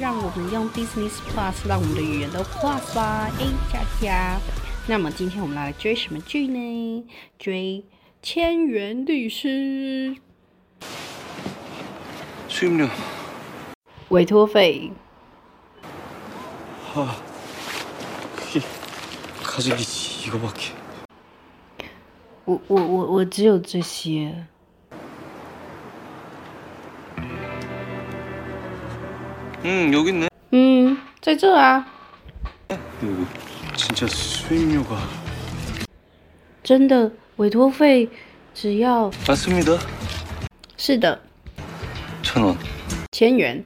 让我们用 Disney Plus 让我们的语言都 Plus 吧，A 加加。哎那么今天我们来追什么剧呢？追《千元律师》 수입료.委托费。 아, 그게 가족이지 이거밖에.我我我我只有这些。 응, 여기 있네.嗯，在这啊， 근데 이거 진짜 수입료가 真的委托费只要 맞습니다.是的 천 원.千元。